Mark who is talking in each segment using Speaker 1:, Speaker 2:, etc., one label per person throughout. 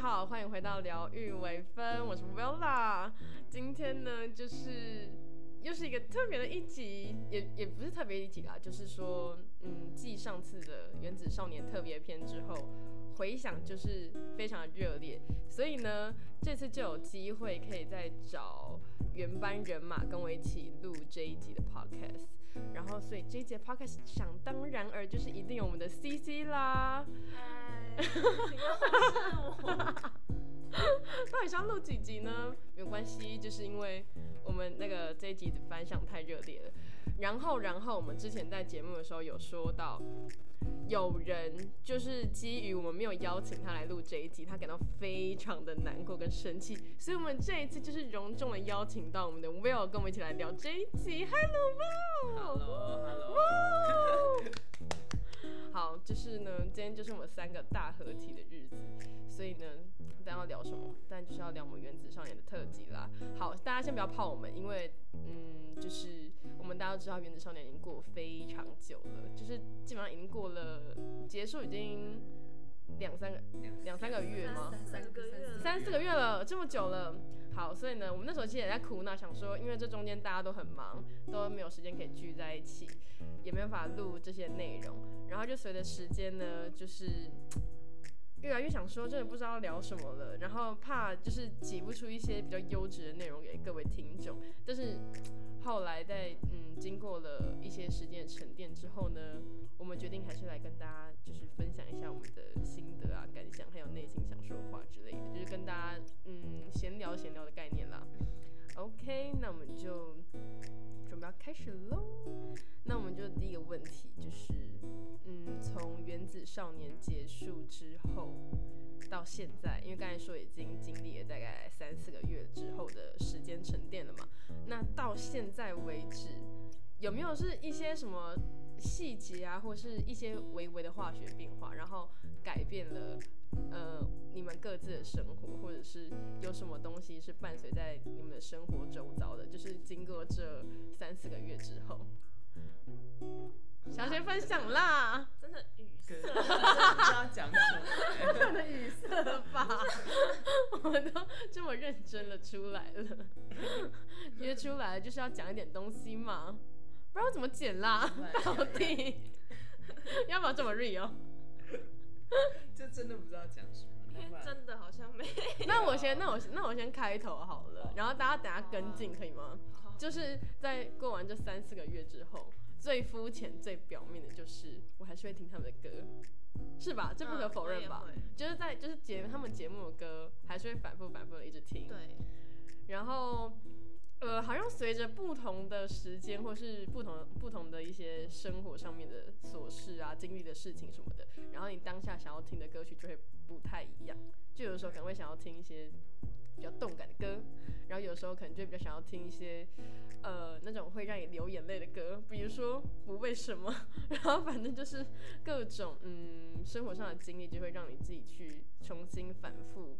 Speaker 1: 好，欢迎回到疗愈微分，我是 Vella。今天呢，就是又是一个特别的一集，也也不是特别一集啦，就是说，嗯，继上次的原子少年特别篇之后，回想就是非常的热烈，所以呢，这次就有机会可以再找原班人马跟我一起录这一集的 podcast。然后，所以这一集的 podcast 想当然而就是一定有我们的 CC 啦。
Speaker 2: 嗨，你又不是我。
Speaker 1: 到底是要录几集呢？没有关系，就是因为我们那个这一集的反响太热烈了。然后，然后我们之前在节目的时候有说到，有人就是基于我们没有邀请他来录这一集，他感到非常的难过跟生气，所以我们这一次就是隆重的邀请到我们的 Will 跟我们一起来聊这一集。Hello Will，
Speaker 3: Hello，Hello，
Speaker 1: 好，就是呢，今天就是我们三个大合体的日子，所以呢，大家要聊什么？当然就是要聊我们原子少年的特辑啦。好，大家先不要泡我们，因为嗯，就是我们大家都知道原子少年已经过非常久了，就是基本上已经过了结束已经两三个两三个月吗？
Speaker 2: 三个月了
Speaker 1: 三四个月了，这么久了。好，所以呢，我们那时候其实也在苦恼，想说，因为这中间大家都很忙，都没有时间可以聚在一起，也没办法录这些内容。然后就随着时间呢，就是越来越想说，真的不知道聊什么了。然后怕就是挤不出一些比较优质的内容给各位听众。但是后来在嗯经过了一些时间的沉淀之后呢，我们决定还是来跟大家就是分享一下我们的心得啊、感想，还有内心想说的话之类的，就是跟大家嗯闲聊闲聊的概念啦。OK，那我们就准备要开始喽。那我们就第一个问题就是，嗯，从《原子少年》结束之后到现在，因为刚才说已经经历了大概三四个月之后的时间沉淀了嘛，那到现在为止，有没有是一些什么细节啊，或是一些微微的化学变化，然后改变了呃你们各自的生活，或者是有什么东西是伴随在你们的生活周遭的？就是经过这三四个月之后，小学分享啦，
Speaker 2: 真的语塞。
Speaker 3: 真的不知道讲什么。
Speaker 1: 真的语塞了吧？我们都这么认真了出来了，约出来了就是要讲一点东西嘛，不然我怎么剪 啦？ 到底要不要这么 real？
Speaker 3: 就真的不知道讲什么。
Speaker 2: 因为真的好像没
Speaker 1: 那我先，那我那我先开头好了，然后大家等下跟进可以吗？就是在过完这三四个月之后，最肤浅、最表面的就是，我还是会听他们的歌，是吧？这不可否认吧？？
Speaker 2: 嗯
Speaker 1: 就是在就是节他们节目的歌，还是会反复反复的一直听。
Speaker 2: 我也会
Speaker 1: 然后，呃，好像随着不同的时间或是不同不同的一些生活上面的琐事啊、经历的事情什么的，然后你当下想要听的歌曲就会不太一样。就有时候可能会想要听一些比较动感的歌，然后有时候可能就比较想要听一些呃那种会让你流眼泪的歌，比如说不为什么， 然后反正就是各种嗯生活上的经历就会让你自己去重新反复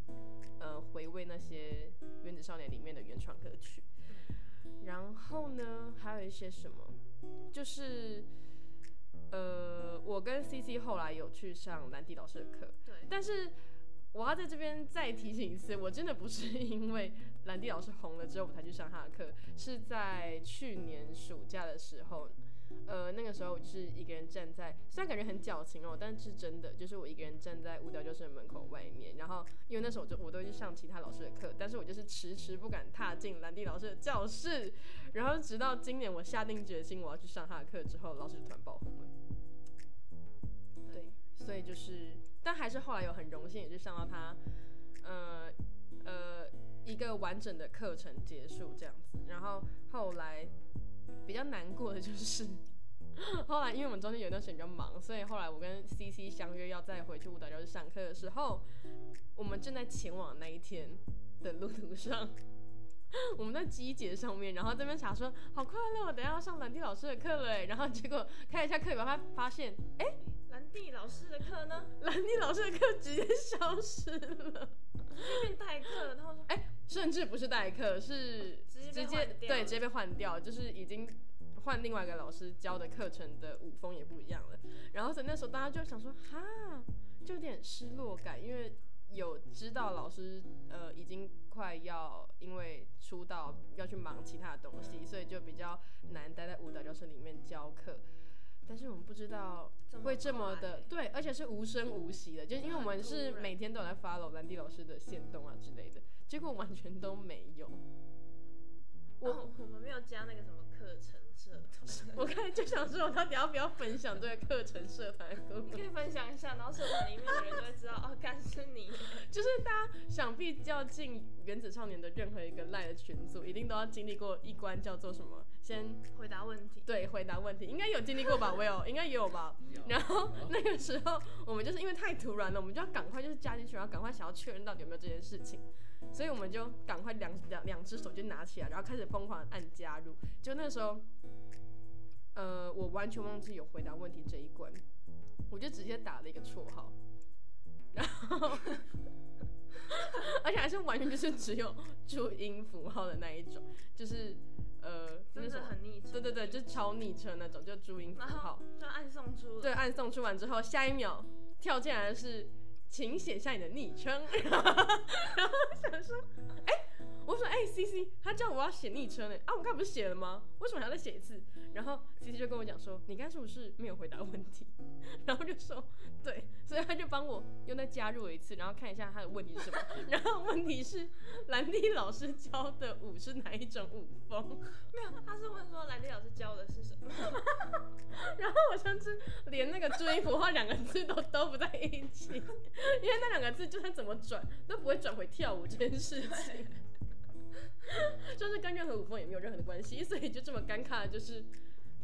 Speaker 1: 呃回味那些《原子少年》里面的原创歌曲。然后呢，还有一些什么，就是呃我跟 CC 后来有去上兰迪老师的课，
Speaker 2: 对对
Speaker 1: 但是我要在这边再提醒一次，我真的不是因为兰迪老师红了之后我才去上他的课，是在去年暑假的时候。呃，那个时候我就是一个人站在，虽然感觉很矫情哦，但是真的就是我一个人站在舞蹈教室的门口外面。然后因为那时候我就我都去上其他老师的课，但是我就是迟迟不敢踏进兰迪老师的教室。然后直到今年我下定决心我要去上他的课之后，老师就突然爆红了。对，所以就是，但还是后来有很荣幸，也是上到他，呃呃一个完整的课程结束这样子。然后后来比较难过的就是， 后来因为我们中间有一段时间比较忙，所以后来我跟 CC 相约要再回去舞蹈教室上课的时候，我们正在前往那一天的路途上。 我们在机节上面，然后这边想说好快乐，我等一下要上兰迪老师的课了欸，然后结果看一下课表，发发现
Speaker 2: 兰蒂老师的课呢，
Speaker 1: 兰迪老师的课直接消失了，
Speaker 2: 这边代课，然后说
Speaker 1: 哎甚至不是代课，是
Speaker 2: 直接
Speaker 1: 直接对
Speaker 2: 被换掉
Speaker 1: 直接被换掉，就是已经换另外一个老师教的课程的舞风也不一样了。然后所以那时候大家就想说，哈，就有点失落感，因为有知道老师呃已经快要因为出道要去忙其他的东西，所以就比较难待在舞蹈教室里面教课。但是我们不知道会这么的对，而且是无声无息的，就是因为我们是每天都有来 follow 兰迪老师的线动啊之类的，结果完全都没有。
Speaker 2: 我、哦、我们没有加那个什么课程社 团，
Speaker 1: 我刚才就想说，我到底要不要分享这个课程社团的故
Speaker 2: 你可
Speaker 1: 事？
Speaker 2: 以分享一下，然后社团里面的人就会知道，哦，干是你。
Speaker 1: 就是大家 想必要进原子少年的任何一个赖的群组，一定都要经历过一关叫做什么？先
Speaker 2: 回答问题。
Speaker 1: 对回答问题，应该有经历过吧？Will 应该也有吧？然后 那个时候，我们就是因为太突然了，我们就要赶快就是加进去，然后赶快想要确认到底有没有这件事情，所以我们就赶快两两两只手就拿起来，然后开始疯狂按加入。就那时候，呃，我完全忘记有回答问题这一关，我就直接打了一个绰号，然后 而且还是完全就是只有注音符号的那一种，就是呃，那
Speaker 2: 真
Speaker 1: 是什
Speaker 2: 的
Speaker 1: 么
Speaker 2: 很逆
Speaker 1: 对
Speaker 2: 对
Speaker 1: 对对，就超昵称那种，就注音符
Speaker 2: 然
Speaker 1: 号
Speaker 2: 后。就按送出了。
Speaker 1: 对，啊按送出完之后，下一秒跳进来的是，请写下你的昵称。然后想说，哎、我说哎、c C，他叫我要写昵称哎，啊，我刚才不是写了吗？为什么还要再写一次？然后 C C 就跟我讲说，你刚才是不是没有回答问题？ 然后就说对，所以他就帮我又再加入了一次，然后看一下他的问题是什么。 然后问题是兰迪老师教的舞是哪一种舞风？
Speaker 2: 没有，他是问说兰迪老师教的是什 么？
Speaker 1: 然 后我甚至连那个注音符号两个字都都不在一起， 因为那两个字就算怎么转都不会转回跳舞这件事情， 就是跟任何舞风也没有任何的关系，所以就这么尴尬，就是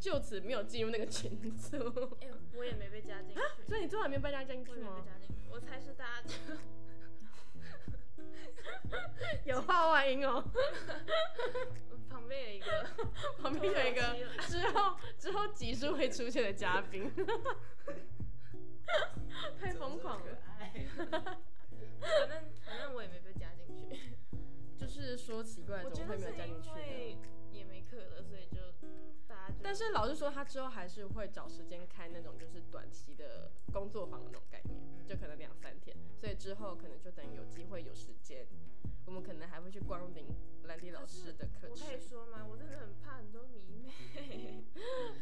Speaker 1: 就此没有进入那个群组。
Speaker 2: 哎、我也没被加进去，
Speaker 1: 所以你最后还没搬家进
Speaker 2: 我
Speaker 1: 去
Speaker 2: 也没被
Speaker 1: 吗？
Speaker 2: 加进去。我猜是大家
Speaker 1: 有画外音哦，
Speaker 2: 旁边有一个
Speaker 1: 旁边有一个 之后之后集数会出现的嘉宾， 太疯狂了。
Speaker 3: 了。
Speaker 2: 反正反正我也没被加进去。
Speaker 1: 就是说奇怪，
Speaker 2: 我
Speaker 1: 怎
Speaker 2: 觉
Speaker 1: 么会
Speaker 2: 得
Speaker 1: 没有
Speaker 2: 是
Speaker 1: 加进去呢？
Speaker 2: 因为也没课了，所以就大家就
Speaker 1: 但是老师说，他之后还是会找时间开那种就是短期的工作坊的那种概念，
Speaker 2: 嗯
Speaker 1: 就可能两三天。所以之后可能就等有机会有时间，我们可能还会去光临兰迪老师的课
Speaker 2: 我可以
Speaker 1: 程
Speaker 2: 说吗？我真的很怕很多迷妹。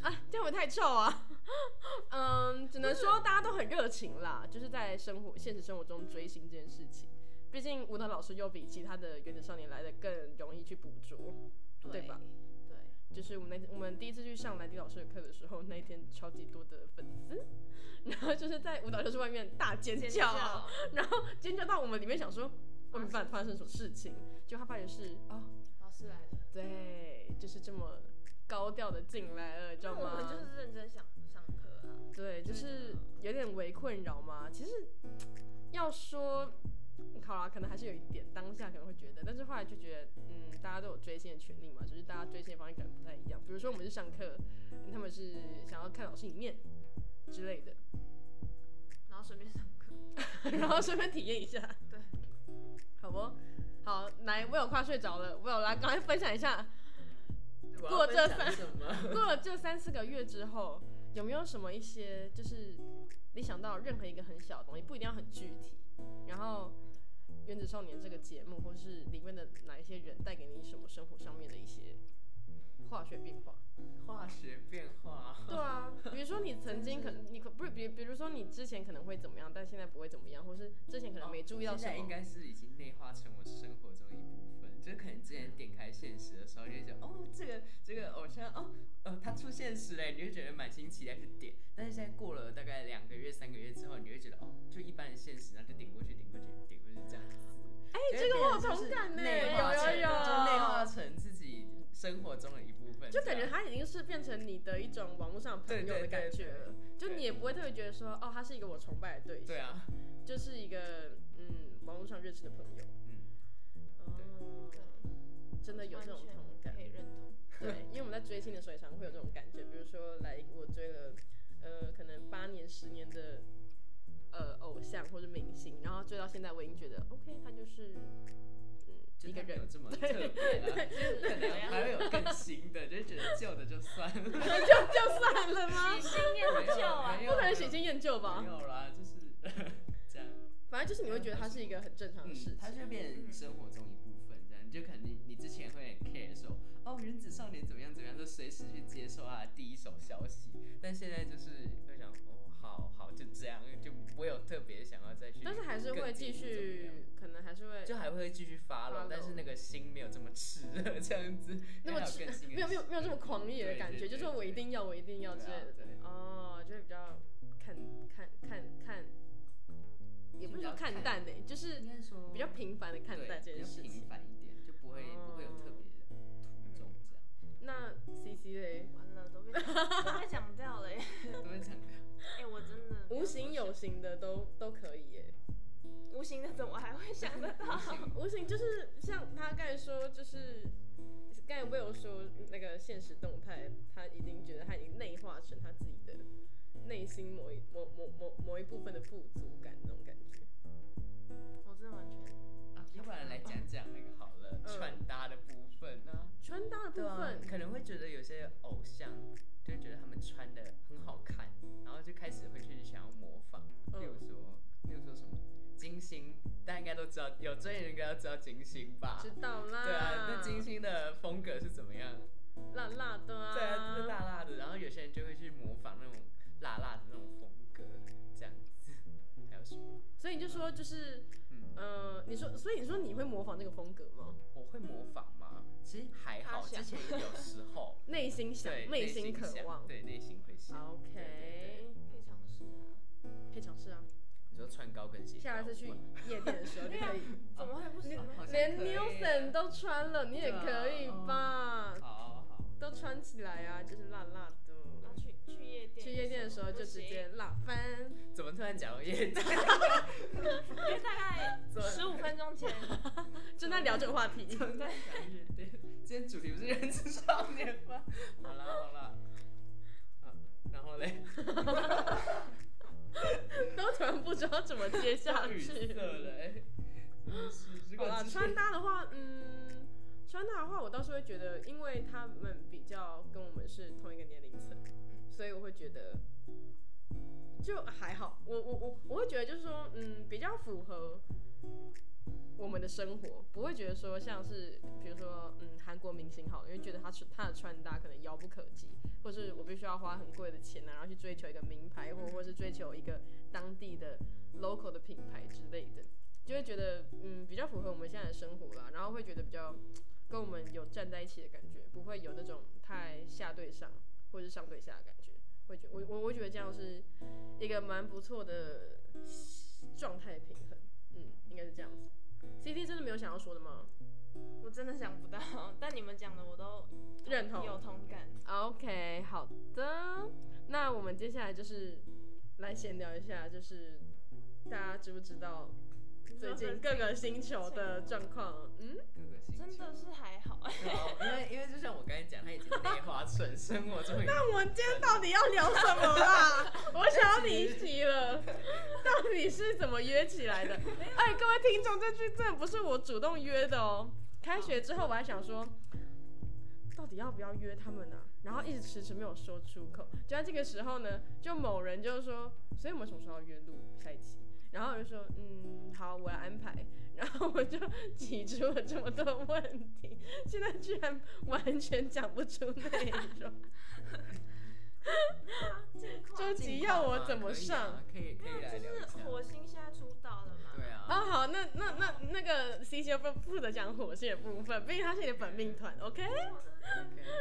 Speaker 1: 啊，这样会太臭啊。 嗯，只能说大家都很热情啦，就是在生活现实生活中追星这件事情。毕竟舞蹈老师又比其他的原子少年来的更容易去捕捉。 对吧？
Speaker 2: 对，
Speaker 1: 就是我们那天我们第一次去上兰迪老师的课的时候，那一天超级多的粉丝，然后就是在舞蹈教室外面大尖叫，
Speaker 2: 尖 叫啊
Speaker 1: 然后尖叫到我们里面想说，外面发发生什么事情？就他发觉是哦，
Speaker 2: 老师来了，
Speaker 1: 对，就是这么高调的进来了，知道
Speaker 2: 我们就
Speaker 1: 吗？
Speaker 2: 是认真想上课啊。
Speaker 1: 对，就是有点为困扰嘛。其实要说。好啦，可能还是有一点当下可能会觉得，但是后来就觉得，嗯，大家都有追星的权利嘛，只是大家追星的方式可能不太一样。比如说我们是上课，他们是想要看老师一面之类的，
Speaker 2: 然后顺便上课。
Speaker 1: 然后顺便体验一下。
Speaker 2: 对，
Speaker 1: 好不？好，来，我有快睡着了，我有来，赶快分享一下，
Speaker 3: 我
Speaker 1: 过
Speaker 3: 要分
Speaker 1: 这
Speaker 3: 享
Speaker 1: 三
Speaker 3: 什么？
Speaker 1: 过了这三四个月之后，有没有什么一些就是你想到任何一个很小的东西，不一定要很具体，然后《原子少年》这个节目或是里面的哪一些人带给你什么生活上面的一些化学变化？
Speaker 3: 化学变化。
Speaker 1: 对啊，比如说你曾经可能你可不是比比如说你之前可能会怎么样，但现在不会怎么样，或是哦之前可能没注意到
Speaker 3: 哦现
Speaker 1: 什
Speaker 3: 在应
Speaker 1: 么。啊
Speaker 3: 该是已经内化成我生活中一部分，就是可能之前点开现实的时候，就会觉得哦，这个这个偶像哦，呃，他出现时嘞，你就觉得满心期待去点。但是现在过了大概两个月、三个月之后，你就会觉得哦，就一般的现实，那就顶过去，顶过去，顶过去这样子。哎、
Speaker 1: 这个我有同感呢
Speaker 3: 内化成
Speaker 1: 有有有
Speaker 3: 就内化成自己生活中的一部分，
Speaker 1: 就感觉。它已经是变成你的一种网络上朋友的感觉了，
Speaker 3: 对对对对
Speaker 1: 就你也不会特别觉得说，哦，他是一个我崇拜的对象，
Speaker 3: 对啊，
Speaker 1: 就是一个嗯网络上认识的朋友。
Speaker 3: 嗯，
Speaker 1: 哦，真 的有这种同感
Speaker 2: 可，以认同。
Speaker 1: 对，因为我们在追星的时候也常会有这种感觉，比如说来我追了呃可能八年十年的呃偶像或者明星，然后追到现在我已经觉得 OK，他就是嗯
Speaker 3: 就
Speaker 1: 一个
Speaker 3: 他没
Speaker 1: 人
Speaker 3: 有，这么特别啦，就是可能还会有更新的，就觉得旧的就算了。
Speaker 1: 就 就算 了吗？
Speaker 2: 喜新厌旧啊
Speaker 3: 没有没，有
Speaker 1: 不可能喜新厌旧吧？
Speaker 3: 没有啦，就是这样。
Speaker 1: 反正就是你会觉得它是一个很正常的事
Speaker 3: 嗯，它
Speaker 1: 情。
Speaker 3: 就变成生活中一部分，这样就可能你你之前会很 care 说，哦，原子少年怎么样怎么样，就随时去接受他的第一手消息，但现在就是会想，哦，好好就这样，就不会有特别想要再去，
Speaker 1: 但是还是会继续，可能还是会
Speaker 3: 就还会继续 follow，
Speaker 1: follow
Speaker 3: 但是那个心没有这么炽热，这样子，
Speaker 1: 那么
Speaker 3: 还有更新的
Speaker 1: 没有没有没有这么狂野的
Speaker 3: 对
Speaker 1: 感觉，
Speaker 3: 对
Speaker 1: 就是
Speaker 3: 对
Speaker 1: 我一定要我一定要之类的
Speaker 3: 对啊对。
Speaker 1: 哦，就会比较看看看看，也不是说
Speaker 3: 比较
Speaker 1: 看
Speaker 3: 看
Speaker 1: 淡呢、欸就是
Speaker 3: 应该说
Speaker 1: 比较频繁的看待这件事
Speaker 3: 对比较
Speaker 1: 情哦嗯
Speaker 3: 平。凡一点，就不会、不会有特别的途中 这样。
Speaker 1: 那 C C 嘞，
Speaker 2: 完了都被都被讲掉了耶！
Speaker 3: 都会讲
Speaker 2: 哎、我真的
Speaker 1: 无形有形的都都可以耶、
Speaker 2: 无形的，怎么还会想得到？
Speaker 3: 啊
Speaker 1: 无形就是像他刚才说，就是刚才我有说那个现实动态，他已经觉得他已经内化成他自己的内心某一某某某某一部分的富足感那种感觉。
Speaker 2: 我真的完全
Speaker 3: 啊，要不然来讲讲那个好了，
Speaker 1: 嗯
Speaker 3: 穿搭的部分呢、啊？
Speaker 1: 穿搭的部分，
Speaker 3: 可能会觉得有些偶像就觉得他们穿的很好看，然后就开始会去想要模仿，
Speaker 1: 嗯
Speaker 3: 例如说，例如说什么金星，大家应该都知道，有追的人应该都知道金星吧？
Speaker 1: 知道啦。
Speaker 3: 对啊，那金星的风格是怎么样？
Speaker 1: 辣辣的啊。
Speaker 3: 对啊，就是辣辣的，然后有些人就会去模仿那种辣辣的那种风格，这样子。还有什么？
Speaker 1: 所以你就说就是，
Speaker 3: 嗯，
Speaker 1: 呃，你说，所以你说你会模仿这个风格吗？
Speaker 3: 我会模仿吗？其实还好，
Speaker 2: 他想
Speaker 3: 之前有时 候
Speaker 1: 内心想
Speaker 3: 对，
Speaker 1: 内
Speaker 3: 心
Speaker 1: 渴
Speaker 3: 想
Speaker 1: 望。
Speaker 3: 对内心会想。
Speaker 1: OK，
Speaker 3: 对对对
Speaker 2: 可以尝试啊！
Speaker 1: 可以尝试啊。
Speaker 3: 你说穿高跟鞋，
Speaker 1: 下次去夜店的时 候就可以。
Speaker 2: 怎么会不行呢？
Speaker 3: 好像
Speaker 1: 连
Speaker 3: 可以
Speaker 1: Newson 都穿了，你也可以
Speaker 3: 啊
Speaker 1: 吧？
Speaker 3: 好好，
Speaker 1: 都穿起来啊，就是辣辣
Speaker 2: 然
Speaker 1: 的。
Speaker 2: 后去去夜店，
Speaker 1: 去夜店的时候就直接辣翻，
Speaker 3: 怎么突然讲到夜店？
Speaker 2: 不行，因为大概
Speaker 3: 怎么
Speaker 2: 十五分钟前，
Speaker 1: 正在聊这个话 题。
Speaker 3: 怎么突然讲夜店？今天主题不是人之少年吗？好啦好啦，好，然后嘞，
Speaker 1: 都突然不知道怎么接下
Speaker 3: 语塞
Speaker 1: 去。
Speaker 3: 嘞。是如
Speaker 1: 好
Speaker 3: 果
Speaker 1: 啦，
Speaker 3: 之前
Speaker 1: 穿搭的话，嗯，穿搭的话，我倒是会觉得，因为他们比较跟我们是同一个年龄层，
Speaker 3: 嗯
Speaker 1: 所以我会觉得就还好。我我我我会觉得就是说，嗯，比较符合我们的生活，不会觉得说像是比如说，嗯，韩国明星好了，因为觉得他穿他的穿搭可能遥不可及，或是我必须要花很贵的钱啊，然后去追求一个名牌，或或是追求一个当地的 local 的品牌之类的。就会觉得嗯比较符合我们现在的生活啦，然后会觉得比较跟我们有站在一起的感觉，不会有那种太下对上或是上对下的感觉。会觉我我我觉得这样是一个蛮不错的状态平衡，嗯，应该是这样子。C D 真的没有想要说的吗
Speaker 2: 我真的想不到，但你们讲的我都
Speaker 1: 认同
Speaker 2: 有同感。
Speaker 1: ？OK，好的，那我们接下来就是来闲聊一下，就是大家知不知道最近各个星球的状况？嗯，
Speaker 3: 各个星
Speaker 2: 真
Speaker 3: 球
Speaker 2: 的是还好，哎
Speaker 3: 对啊 因为因为就像我刚才讲，他已经内化成生活中
Speaker 1: 那我们今天到底要聊什么啦？ 我想要离题了， 到底是怎么约起来的？哎，各位听众，这句真的不是我主动约的哦。开学之后，我还想说，到底要不要约他们呢、啊然后一直迟迟没有说出口。就在这个时候呢，就某人就说，所以我们什么时候要约录下一期？然后我就说，嗯，好，我来安排。然后我就提出了这么多问题，现在居然完全讲不出内容。
Speaker 2: 就
Speaker 1: 就
Speaker 2: 就
Speaker 1: 集要我怎么上？？
Speaker 3: 可以可以来聊一
Speaker 2: 是
Speaker 3: 下。
Speaker 2: 火星现在出道了嘛？
Speaker 3: 对啊，
Speaker 1: 啊，好，那那那那个 C C 负负责讲火星的部分，毕竟他是你的本命团，OK？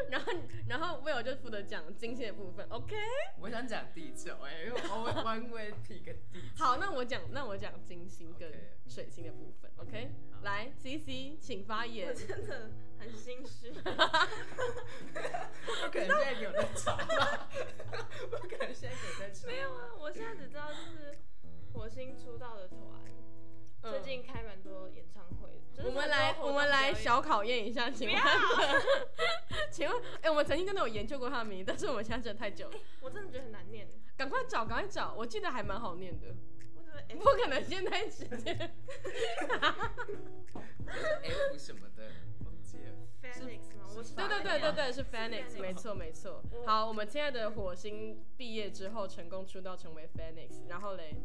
Speaker 1: 然后然后 Will 就负责讲金星的部分，OK？
Speaker 3: 我想讲地球哎，因为 我 one way pick 地球。
Speaker 1: 好，那我讲那我讲金星跟
Speaker 3: OK 嗯
Speaker 1: 水星的部分，OK？
Speaker 3: 好
Speaker 1: 来，C C 请发言
Speaker 2: 我。真的很心 虚。
Speaker 3: 不可能现在给我在吵吧？不可能现在给我在吵。
Speaker 2: 没有啊，我现在只知道就是火星出道的团，
Speaker 1: 嗯
Speaker 2: 最近开蛮多演唱会的。就是
Speaker 1: 我们
Speaker 2: 蛮多
Speaker 1: 来
Speaker 2: 活动
Speaker 1: 我们来
Speaker 2: 表演
Speaker 1: 小考验一下，请问他们请问，哎、我们曾经真的有研究过他的名字，但是我们现在真的太久了，
Speaker 2: 我真的觉得很难念，
Speaker 1: 赶快找，赶快找，我记得还蛮好念的，
Speaker 2: 我觉得哎
Speaker 1: 不可能现在直接。
Speaker 3: F 什么的，忘记 了。
Speaker 2: ，Phoenix 嘛，我知道
Speaker 1: 对
Speaker 2: 那
Speaker 1: 对
Speaker 2: 个
Speaker 1: 对对
Speaker 2: 哎吗
Speaker 1: 对，是哦 Phoenix，
Speaker 2: Phoenix
Speaker 1: 没错没错。
Speaker 2: 我
Speaker 1: 好，我们亲爱的火星毕业之后成功出道成为 Phoenix，然后嘞，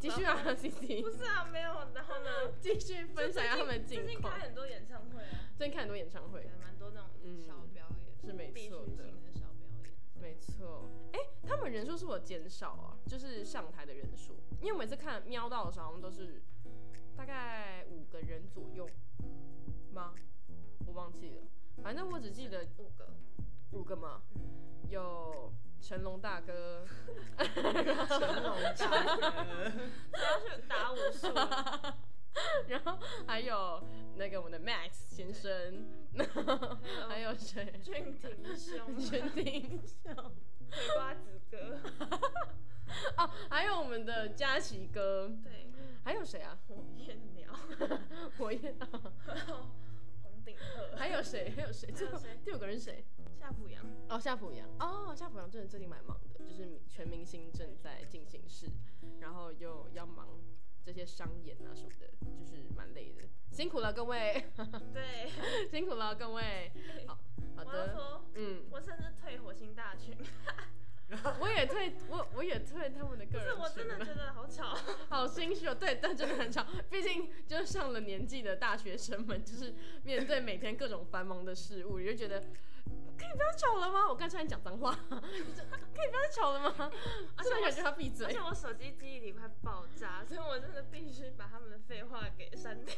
Speaker 1: 继续啊，C C，
Speaker 2: 不是啊，没有。然后呢？
Speaker 1: 继续分享一下他们的
Speaker 2: 最
Speaker 1: 近
Speaker 2: 近
Speaker 1: 况
Speaker 2: 开。很多演唱会啊，
Speaker 1: 最近看很多演唱会
Speaker 2: 对，，蛮多那种小表演，
Speaker 1: 是没
Speaker 2: 必须
Speaker 1: 错
Speaker 2: 性
Speaker 1: 的，
Speaker 2: 的小表演。
Speaker 1: 没错。哎、他们人数是我减少啊，就是上台的人数，因为我每次看瞄到的时候，好像都是大概五个人左右吗？我忘记了，反正我只记得
Speaker 2: 五个，
Speaker 1: 五个嘛，有成龙大哥，
Speaker 3: 成龙大哥，
Speaker 2: 主要是有打武术，
Speaker 1: 然后还有那个我们的 Max 先生，还有谁？
Speaker 2: 俊廷兄、
Speaker 1: 全婷
Speaker 2: 葵瓜子哥，
Speaker 1: 哦， 还有我们的佳琪哥，
Speaker 2: 对，
Speaker 1: 还有谁 啊？
Speaker 2: 火焰鸟，
Speaker 1: 火焰，
Speaker 2: 然后红顶鹤，
Speaker 1: 还有谁？还有谁？
Speaker 2: 还
Speaker 1: 最
Speaker 2: 有
Speaker 1: 后
Speaker 2: 谁
Speaker 1: 第五个人是谁？
Speaker 2: 夏普阳，
Speaker 1: 哦，夏普阳。哦，夏普阳真的最近蛮忙的，就是全明星正在进行式，然后又要忙这些商演啊什么的，就是蛮累的，辛苦了各位，
Speaker 2: 对，
Speaker 1: 辛苦了各位。好，好
Speaker 2: 我要
Speaker 1: 的，
Speaker 2: 说，
Speaker 1: 嗯，
Speaker 2: 我甚至退火星大群，
Speaker 1: 我也退，我我也退他们的个
Speaker 2: 可
Speaker 1: 人
Speaker 2: 是我真的
Speaker 1: 群了
Speaker 2: 觉得好吵，
Speaker 1: 好心虚哦，对，但真的很吵。毕竟就是上了年纪的大学生们，就是面对每天各种繁忙的事物，你就觉得可以不要吵了吗？我刚才讲脏话， 就是可以不要吵了吗？
Speaker 2: 而且
Speaker 1: 突然
Speaker 2: 我
Speaker 1: 感觉他闭
Speaker 2: 而
Speaker 1: 嘴
Speaker 2: 且。我手机记忆力快爆炸，所以我真的必须把他们的废话给删掉。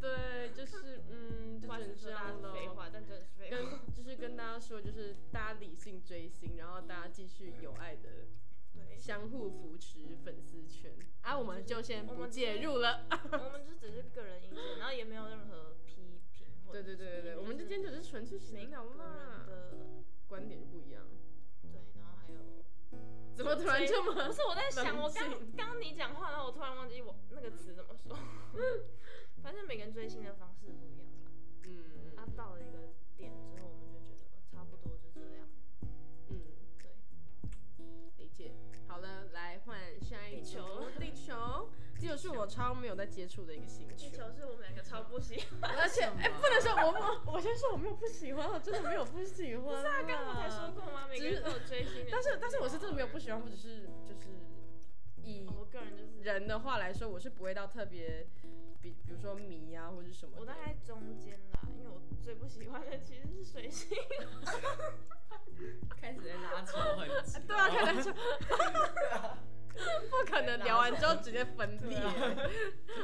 Speaker 1: 对，就是嗯，就
Speaker 2: 话
Speaker 1: 只能这
Speaker 2: 是说大家
Speaker 1: 样
Speaker 2: 是
Speaker 1: 咯
Speaker 2: 废话，但真的是废
Speaker 1: 跟
Speaker 2: 话。
Speaker 1: 就是跟大家说，就是大家理性追星，然后大家继续友爱的
Speaker 2: 对，
Speaker 1: 相互扶持粉丝圈啊，我们就先
Speaker 2: 我
Speaker 1: 不
Speaker 2: 们
Speaker 1: 介
Speaker 2: 先
Speaker 1: 入了。
Speaker 2: 我们就只是个人意见，然后也没有任何批评或
Speaker 1: 对
Speaker 2: 者
Speaker 1: 对
Speaker 2: 是什
Speaker 1: 对
Speaker 2: 么。
Speaker 1: 对对，我们之间只是纯粹闲
Speaker 2: 每个
Speaker 1: 聊
Speaker 2: 人
Speaker 1: 嘛，
Speaker 2: 的
Speaker 1: 观点就不一样。
Speaker 2: 对，然后还有。
Speaker 1: 怎么突然这么
Speaker 2: 不是我在想，我刚
Speaker 1: 冷静
Speaker 2: 刚你讲话，然后我突然忘记我那个词怎么说。 反正每个人追星的方式不一样啦。
Speaker 1: 嗯
Speaker 2: 啊，到了一个点之后，我们就觉得哦差不多就这样。
Speaker 1: 嗯，
Speaker 2: 对，
Speaker 1: 理解。好了，来换下一
Speaker 2: 地球
Speaker 1: 组地球，地球是我超没有在接触的一个星
Speaker 2: 地
Speaker 1: 球，
Speaker 2: 球是我们两个超不喜欢。
Speaker 1: 而且哎、不能说我我 我先说我没有不喜欢，我真的没有不喜欢。啊
Speaker 2: 大家 刚不才说，过 吗？每个人都有追星的，
Speaker 1: 但是但是我是真的没有不喜欢，我只是就是以
Speaker 2: 哦我个人就是
Speaker 1: 人的话来说，我是不会到特别，比比如说迷啊或者什么
Speaker 2: 我
Speaker 1: 的
Speaker 2: 大。概中间啦，因为我最不喜欢的其实是水星。
Speaker 3: 开始在拉仇恨值。
Speaker 1: 对啊，看来就 不可能聊完之后直接分
Speaker 3: 啊
Speaker 1: 裂。
Speaker 2: 啊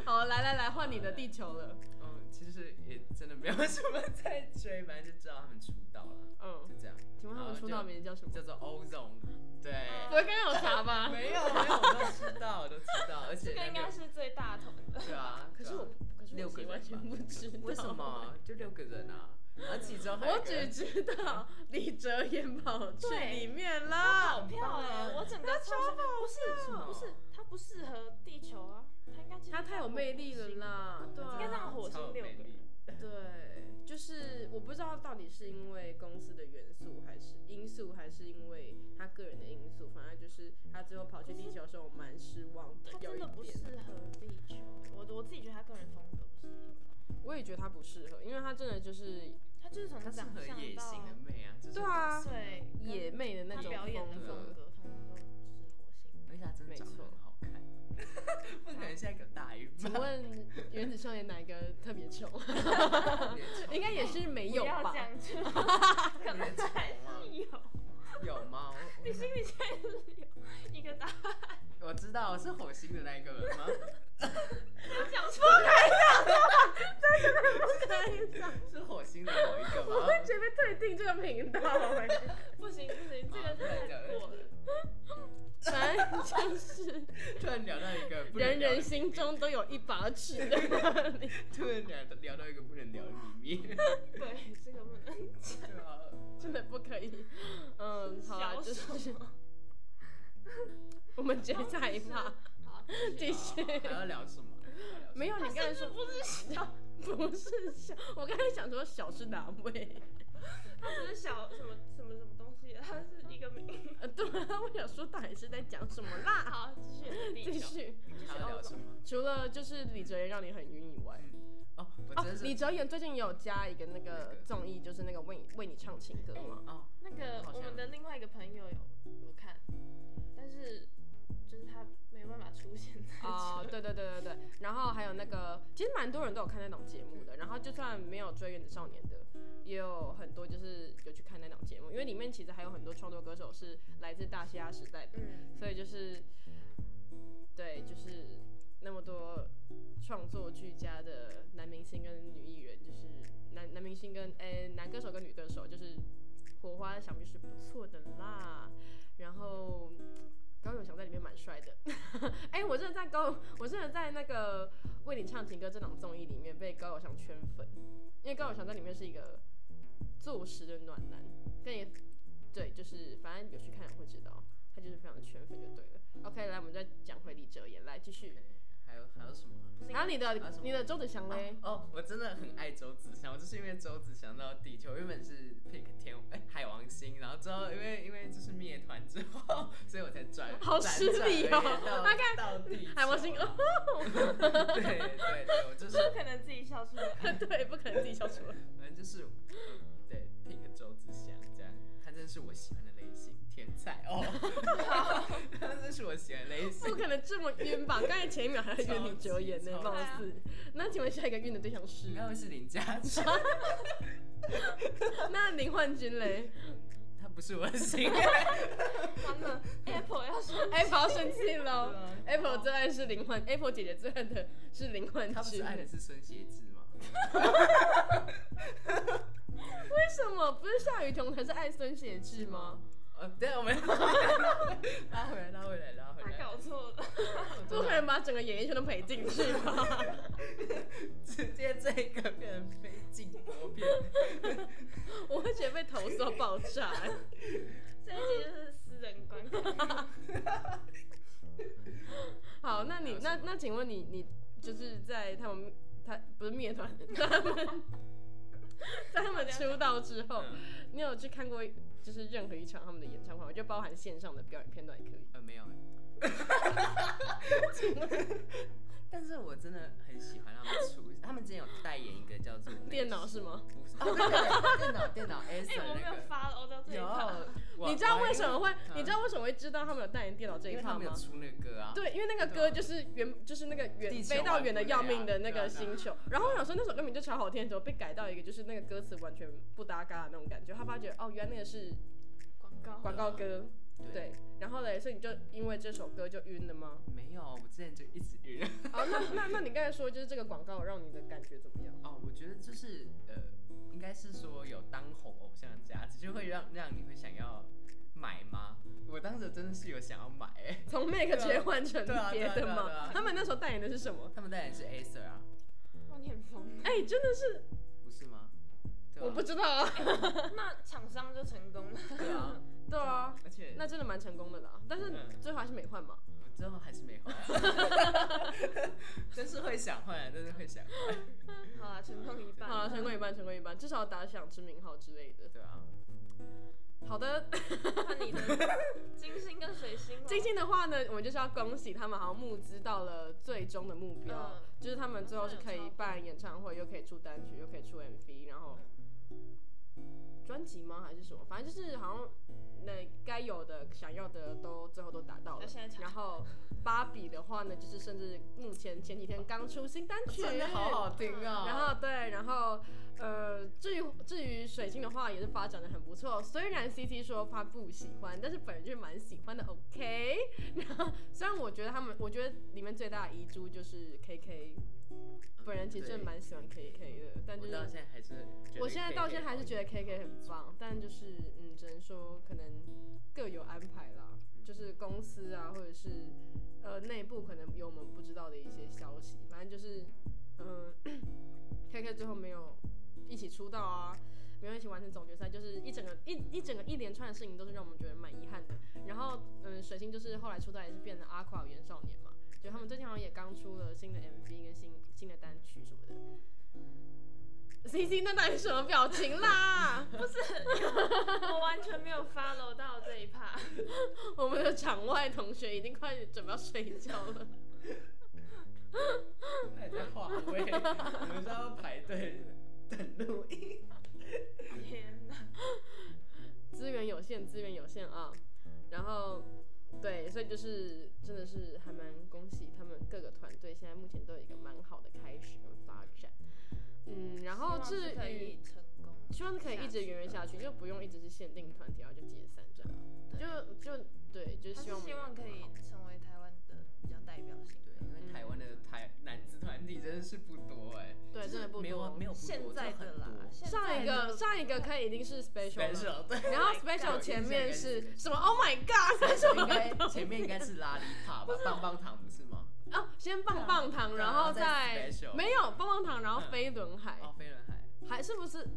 Speaker 1: 好，来来来，换你的地球了。
Speaker 3: 嗯，其实也真的没有什么在追，反正就知道他们出道了，
Speaker 1: 嗯，
Speaker 3: 就这样，
Speaker 1: 请问他们出道名字叫什么？
Speaker 3: 叫做 Ozone。对，
Speaker 1: 我刚刚有查吧？
Speaker 3: 没有没有，我都知道，我都知道，而且
Speaker 2: 这个应
Speaker 3: 那
Speaker 2: 该
Speaker 3: 个
Speaker 2: 是最大头的，
Speaker 3: 对啊，
Speaker 1: 可是
Speaker 3: 对
Speaker 1: 我，
Speaker 3: 啊
Speaker 1: 可是我
Speaker 3: 六个
Speaker 1: 其实
Speaker 3: 人
Speaker 1: 完全不知道。
Speaker 3: 为什？么就六个人啊？而其中还有
Speaker 1: 我
Speaker 3: 一个
Speaker 1: 只知道李哲言跑去
Speaker 2: 对
Speaker 1: 里面
Speaker 2: 好
Speaker 1: 啦。
Speaker 2: 漂亮！啊我整个超想不
Speaker 3: 为什
Speaker 2: 是
Speaker 3: 么
Speaker 2: 不是，它不适合地球啊，它应该
Speaker 1: 他太有魅力了啦，对
Speaker 2: 应该
Speaker 1: 啊，
Speaker 2: 让火星
Speaker 3: 超有
Speaker 2: 六个
Speaker 3: 魅力。
Speaker 1: 对，就是我不知道到底是因为公司的元素还是因素，还是因为他个人的因素，反正就是他最后跑去地球的时候，我蛮失望的
Speaker 2: 它，
Speaker 1: 有
Speaker 2: 真
Speaker 1: 一
Speaker 2: 的不
Speaker 1: 点
Speaker 2: 适。合地球。我我自己觉得他个人风格不适合，
Speaker 1: 我也觉得他不适合，因为他真的就是
Speaker 2: 他就是从
Speaker 3: 它
Speaker 2: 长
Speaker 3: 适合
Speaker 2: 相
Speaker 3: 野性的
Speaker 2: 到
Speaker 3: 妹啊，就是
Speaker 1: 对啊
Speaker 2: 对
Speaker 1: 野妹的那
Speaker 2: 他
Speaker 1: 种
Speaker 2: 表演的
Speaker 1: 风格。
Speaker 2: 风格，通通都是火星。
Speaker 3: 而且哎她真的长得很好看， 不可能下一个大鱼
Speaker 1: 请
Speaker 3: 吧？
Speaker 1: 问原子少年哪一个特别丑？ 应该也是没有
Speaker 2: 不要
Speaker 1: 吧
Speaker 2: 这？样子， 可能还是有，
Speaker 3: 有吗？我
Speaker 2: 你心里现在是有一个答案
Speaker 3: 我知道是火星的那一个人 吗？
Speaker 2: 讲出来。
Speaker 3: 是火星的某一个吗？
Speaker 1: 准备退订这个 频道、哎
Speaker 2: 不行不行，这个
Speaker 3: 好
Speaker 2: 太过了。
Speaker 1: 反正就是
Speaker 3: 突然聊到一个不能
Speaker 1: 人
Speaker 3: 聊的
Speaker 1: 人心中都有一把尺的 那里。
Speaker 3: 突然聊到聊到一个不能聊的 秘密，
Speaker 2: 对，这个不能
Speaker 3: 对啊，
Speaker 1: 真的不可以。嗯，好啦，
Speaker 2: 小
Speaker 1: 就
Speaker 2: 手
Speaker 1: 是我们直接下一趴
Speaker 2: 好，
Speaker 1: 继续。
Speaker 3: 还要聊什么？
Speaker 1: 没有，你刚才
Speaker 2: 这
Speaker 1: 说
Speaker 2: 不是小，
Speaker 1: 不是小，我刚才想说小是哪位？
Speaker 2: 它不是小什么什么什么东西，它是一个名。
Speaker 1: 呃，对啊，我想说到底是在讲什么啦？
Speaker 2: 好，继续
Speaker 1: 继
Speaker 2: 地球，
Speaker 1: 续，
Speaker 3: 还要聊什么？
Speaker 1: 除了就是李哲言让你很晕以外，
Speaker 3: 哦，我
Speaker 1: 哦
Speaker 3: 真的，是
Speaker 1: 李哲言最近有加一个那个综艺，就是那个为你为你唱情歌嘛。
Speaker 3: 哦，
Speaker 2: 那个
Speaker 3: 好像
Speaker 2: 我们的另外一个朋友有有看，但是就是他没办法出现在这。
Speaker 1: 哦，对对对对对，然后还有那个，其实蛮多人都有看那档节目的，然后就算没有追《原子少年》的，也有很多就是有去看那档节目，因为里面其实还有很多创作歌手是来自大西亚时代的，
Speaker 2: 嗯，
Speaker 1: 所以就是，对，就是那么多创作俱佳的男明星跟女艺人，就是男男明星跟诶、男歌手跟女歌手，就是火花想必是不错的啦。然后高永翔在里面蛮帅的， 哎、我真的在高，我真的在那个《为你唱情歌》这档综艺里面被高永翔圈粉，因为高永翔在里面是一个坐实的暖男，跟也对，就是反正有去看人会知道，他就是非常的圈粉就对了。OK，来，我们再讲回李哲言，来继续。
Speaker 3: 还有还有什么啊？
Speaker 2: 不是因为
Speaker 1: 还有你的
Speaker 3: 啊什么
Speaker 1: 你的周子祥嘞？
Speaker 3: 哦，我真的很爱周子祥，我就是因为周子祥到地球，原本是 pick 天哎、海王星，然后之后因为因为就是灭团之后， 所以我才转
Speaker 1: 好失礼哦大
Speaker 3: 大概到地球
Speaker 1: 海王星哦
Speaker 3: 对对对，我就是
Speaker 2: 不可能自己笑出来。
Speaker 3: 啊
Speaker 1: 对，不可能自己笑出来。
Speaker 3: 反正就是嗯对 pick 周子祥这样，他真是我喜欢的类型，天才哦， 他真是我喜欢的类 型
Speaker 1: 不。可能这么晕吧？刚才前一秒还在约李哲言呢，
Speaker 3: 超级啊
Speaker 1: 貌
Speaker 2: 超
Speaker 1: 似。那请问下一个晕的对象是
Speaker 3: 应？该会是林家谦，
Speaker 1: 那林焕君嘞？
Speaker 3: 他不是我的型。
Speaker 2: 完了，Apple 要说
Speaker 1: Apple 要哎生气
Speaker 3: 对
Speaker 1: 喽
Speaker 3: 啊
Speaker 1: ！Apple 最爱是林焕，Apple 姐姐最爱的是林焕
Speaker 3: 他不是
Speaker 1: 君。
Speaker 3: 爱的是孙协志吗？
Speaker 1: 为什么不是夏雨桐才是爱孙协志吗？？
Speaker 3: 呃，对，我们 拉回来，拉回来，拉回
Speaker 2: 他
Speaker 3: 来。
Speaker 2: 搞错了，
Speaker 1: 不可能把整个演艺圈都赔进去吧？
Speaker 3: 直接这个变成非镜头片，
Speaker 1: 我会觉得被投诉到爆炸。欸
Speaker 2: 这一集就是私人观看。
Speaker 1: 好，那你
Speaker 3: 还有
Speaker 1: 那
Speaker 3: 什么
Speaker 1: 那，请问你你就是在他们他不是灭团，在他们在他们出道之后，
Speaker 3: 嗯
Speaker 1: 你有去看过就是任何一场他们的演唱会吗？就包含线上的表演片段也可以。
Speaker 3: 呃，没有。 但是我真的很喜欢他们出，他们之前有代言一个叫做那个
Speaker 1: 电脑是吗？
Speaker 3: 不是，哦对对对电脑 电脑 S
Speaker 2: 哎，我没有
Speaker 3: 那个
Speaker 2: 发了，我到这一套。
Speaker 3: 有，
Speaker 1: 你知道为什
Speaker 3: 么？
Speaker 1: 么会？
Speaker 3: 嗯
Speaker 1: 你知道为什么会知道他们有代言电脑这
Speaker 3: 因
Speaker 1: 一
Speaker 3: 为他
Speaker 1: 趴
Speaker 3: 们有
Speaker 1: 吗？
Speaker 3: 出那个歌啊，
Speaker 1: 对，因为那个
Speaker 3: 对啊
Speaker 1: 歌就是原就是那个远
Speaker 3: 地球
Speaker 1: 飞到远的要命的那
Speaker 3: 对
Speaker 1: 个
Speaker 3: 啊对啊
Speaker 1: 星球，然后我想说那首歌名就超好听的时候，被改到一个就是那个歌词完全不搭嘎的那种感觉，他发觉哦，原来那个是
Speaker 2: 广告。
Speaker 1: 广告
Speaker 3: 嗯
Speaker 1: 歌，对，然后嘞，所以你就因为这首歌就晕了 吗？
Speaker 3: 没有，我之前就一直晕。
Speaker 1: 哦，那那那你刚才说就是这个广告让你的感觉怎么样？
Speaker 3: 哦，我觉得就是呃，应该是说有当红偶像的价值，就会让让你会想要买吗？我当时真的是有想要买、欸，
Speaker 1: 从 Make
Speaker 3: 对啊
Speaker 1: 直接换成
Speaker 3: 对啊对
Speaker 1: 别
Speaker 3: 啊
Speaker 1: 的
Speaker 3: 对啊对
Speaker 1: 吗
Speaker 3: 啊？
Speaker 1: 他们那时候代言的是什么？
Speaker 3: 他们代言是 Acer 啊，
Speaker 2: 哇，你很疯。
Speaker 1: 哎，真的是
Speaker 3: 不是吗？对啊
Speaker 1: 我不知道啊。
Speaker 2: 那厂商就成功了。
Speaker 3: 对啊，
Speaker 1: 对啊，
Speaker 3: 而且
Speaker 1: 那真的蛮成功的啦，但是
Speaker 3: 嗯
Speaker 1: 最后还是没换嘛。
Speaker 3: 我之后还是没 换，真是会想换，啊真是会想换，
Speaker 2: 好啊啦，成功一半。
Speaker 1: 好了，成功一半，成功一半，至少打响知名号之类的。
Speaker 3: 对啊，
Speaker 1: 好的，
Speaker 2: 看你 的金星跟水星哦。
Speaker 1: 最近的话呢，我们就是要恭喜他们，好像募资到了最终的目标。
Speaker 2: 嗯，
Speaker 1: 就是他们最后是可以办演唱会，又可以出单曲，又可以出 MV，然后专辑吗？还是什么？反正就是好像那该有的、想要的都最后都达到了
Speaker 2: 那现在。查
Speaker 1: 然后芭比的话呢，就是甚至目前前几天刚出新单曲，
Speaker 3: 真的好好听哦。
Speaker 1: 然后对，然后呃，至于至于水星的话，也是发展的很不错。虽然 CT 说他不喜欢，但是本人就蛮喜欢的。OK，然 后虽然我觉得他们，我觉得里面最大的遗珠就是 KK，本人其实真的蛮喜欢 KK 的，但就
Speaker 3: 我到
Speaker 1: 是
Speaker 3: 现在还是觉得
Speaker 1: 我现在到现在还是觉得 KK 很棒，但就是嗯，只能说可能各有安排啦，就是公司啊，或者是呃内部可能有我们不知道的一些消息，反正就是嗯、KK 最后没有一起出道啊，没有一起完成总决赛，就是一整个一一整个一连串的事情都是让我们觉得蛮遗憾的。然后嗯，水星就是后来出道也是变成阿垮原少年嘛，就他们最近好像也刚出了新的 MV 跟新新的单曲什么的。C C，那到底是什么表情啦？
Speaker 2: 我完全没有 follow 到这一趴。
Speaker 1: 我们的场外同学已经快准备要睡觉了。
Speaker 3: 还在话位， 我们是要排队 等录音。
Speaker 2: 天哪！
Speaker 1: 资源有限，资源有限啊。然后对，所以就是真的是还蛮恭喜他们各个团队，现在目前都有一个蛮好的开始跟发展。嗯，然后
Speaker 2: 希望
Speaker 1: 至
Speaker 2: 是可
Speaker 1: 于
Speaker 2: 以成功，
Speaker 1: 希望是可以一直源源下
Speaker 2: 去。
Speaker 1: 去，就不用一直是限定团体，然后就解散这样。就就对，就是
Speaker 2: 还
Speaker 1: 希
Speaker 2: 是
Speaker 1: 望
Speaker 2: 希望可以成为台湾的比较代表性
Speaker 3: 对，
Speaker 2: 的。
Speaker 3: 因为台湾的台男子团体真的是不多哎、
Speaker 1: 对，
Speaker 3: 就是
Speaker 1: 真的不
Speaker 3: 没有啊
Speaker 1: 多
Speaker 3: 没。有不多，
Speaker 2: 现在
Speaker 3: 就很
Speaker 2: 的啦
Speaker 3: 多，啊
Speaker 2: 现在
Speaker 1: 上一
Speaker 2: 的
Speaker 1: 个上一个看一定是 special，了
Speaker 3: 手 对，
Speaker 1: 然后
Speaker 3: 有
Speaker 1: special
Speaker 3: 印
Speaker 1: 前
Speaker 3: 象
Speaker 1: 面
Speaker 3: 跟
Speaker 1: 是
Speaker 3: special
Speaker 1: 什么？Oh my god！这是 什
Speaker 3: 应
Speaker 1: 么
Speaker 3: 该前面应该是拉力帕吧，棒棒糖不是吗？
Speaker 1: 哦，先棒棒糖，
Speaker 3: 对啊
Speaker 1: 然后再
Speaker 3: 再 special
Speaker 1: 没有棒棒糖，然后
Speaker 3: 嗯
Speaker 1: 飞轮海，
Speaker 3: 哦，飞轮海，
Speaker 1: 还是不是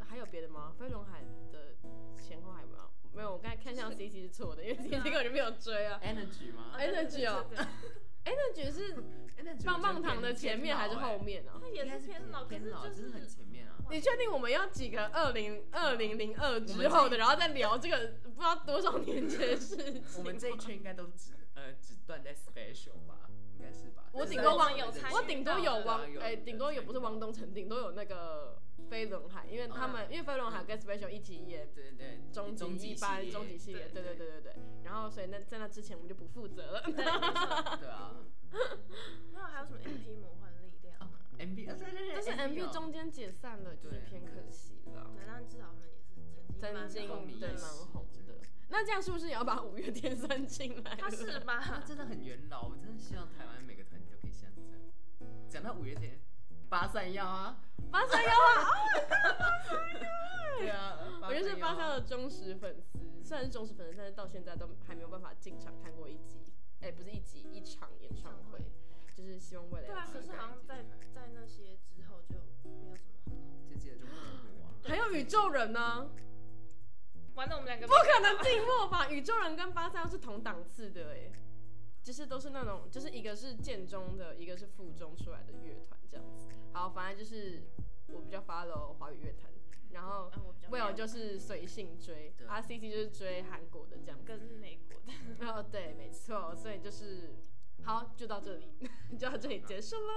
Speaker 1: 还有别的吗？飞轮海的前后还有没有？没有，我刚才看向 C C 是错的，因为 C
Speaker 2: 是
Speaker 1: C
Speaker 2: 啊
Speaker 1: 根本就没有追啊。
Speaker 3: Energy 吗
Speaker 1: 哎那句哦，
Speaker 2: 对对对对
Speaker 1: 哎，那局 是
Speaker 3: ？Energy
Speaker 1: 棒棒糖的前面还是后？
Speaker 3: 欸
Speaker 1: 面啊？
Speaker 2: 它
Speaker 3: 应该
Speaker 2: 也是
Speaker 3: 是
Speaker 2: 偏老，可
Speaker 3: 偏
Speaker 2: 是
Speaker 3: 老，
Speaker 2: 就是
Speaker 3: 很前面 啊。
Speaker 1: 你确定我们要几个二零二零零二之后
Speaker 3: 我们这
Speaker 1: 的，然后再聊这个不知道多少年前的事情？
Speaker 3: 我们这 一圈应该都只呃只断在 special 吧，应该是吧？
Speaker 1: 我
Speaker 3: 就是
Speaker 1: 顶多
Speaker 3: 在
Speaker 1: 忘
Speaker 2: 有参与
Speaker 1: 我顶多有汪
Speaker 3: 有
Speaker 1: 哎，顶多也不是汪东城，顶多有那个飞轮海，因为他
Speaker 3: 哦
Speaker 1: 们因为飞轮海
Speaker 3: 嗯
Speaker 1: 跟 Special 一起演
Speaker 3: 对对对，
Speaker 1: 终
Speaker 3: 终
Speaker 1: 极一班、终极系列，对对
Speaker 3: 对
Speaker 1: 对对对。然后所以那在那之前我们就不负责了。
Speaker 2: 对没错
Speaker 3: 对啊
Speaker 2: 那还有什么 MP 魔幻力量啊？
Speaker 3: ！MB，啊对对对，
Speaker 1: 但是 M P 中间解散了，就是
Speaker 3: 对
Speaker 1: 偏可惜了。
Speaker 2: 对，但至少我们也是
Speaker 1: 曾
Speaker 2: 曾
Speaker 1: 经
Speaker 2: 经
Speaker 3: 红
Speaker 2: 蛮
Speaker 1: 对
Speaker 3: 的
Speaker 1: 蛮红的，那这样是不是也要把五月天 算进来了？
Speaker 2: 他是
Speaker 3: 他
Speaker 2: 吧？
Speaker 3: 真的很元老，我真的希望台湾每个团体都可以像这样。讲到五月天，八三 幺啊，
Speaker 1: 八三幺啊，
Speaker 3: 对啊，
Speaker 1: 我就是八三幺的忠实粉丝，虽然是忠实粉丝，但是到现在都还没有办法进场看过一集，哎、不是一集，一场演唱会，就是希望未来
Speaker 2: 对
Speaker 1: 有
Speaker 2: 啊，
Speaker 1: 机
Speaker 2: 可是
Speaker 1: 会
Speaker 2: 好像在在那些之后就没有什么很红。
Speaker 3: 就记得中国火啊，
Speaker 1: 还有宇宙人呢、
Speaker 2: 完了，我们两个啊
Speaker 1: 不可 能静默吧？宇宙人跟八三幺是同档次的哎、就是都是那种，就是一个是建中的，一个是附中出来的乐团这样子。好，反正就是我比较 follow 华语乐坛，然后
Speaker 2: 啊，我比较
Speaker 1: Will 就是随性追
Speaker 3: 对
Speaker 1: ，R C C 就是追韩国的这样子。
Speaker 2: 跟美国的，
Speaker 1: 哦，对，没错，所以就是好，就到这里， 就到这里结束了，